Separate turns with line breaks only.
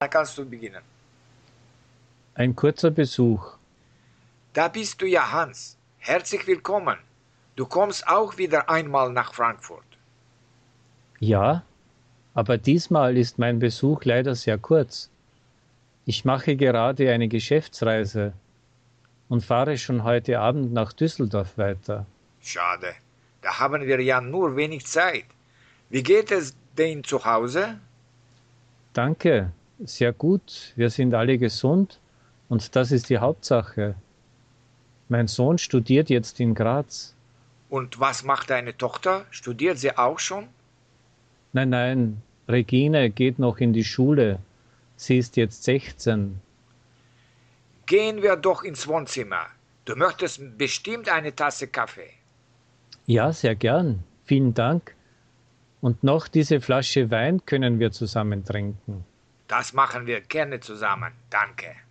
Da kannst du beginnen.
Ein kurzer Besuch.
Da bist du ja Hans. Herzlich willkommen. Du kommst auch wieder einmal nach Frankfurt.
Ja, aber diesmal ist mein Besuch leider sehr kurz. Ich mache gerade eine Geschäftsreise und fahre schon heute Abend nach Düsseldorf weiter.
Schade. Da haben wir ja nur wenig Zeit. Wie geht es denn zu Hause?
Danke, sehr gut. Wir sind alle gesund und das ist die Hauptsache. Mein Sohn studiert jetzt in Graz.
Und was macht deine Tochter? Studiert sie auch schon?
Nein, nein, Regine geht noch in die Schule. Sie ist jetzt 16.
Gehen wir doch ins Wohnzimmer. Du möchtest bestimmt eine Tasse Kaffee.
Ja, sehr gern. Vielen Dank. Und noch diese Flasche Wein können wir zusammen trinken.
Das machen wir gerne zusammen. Danke.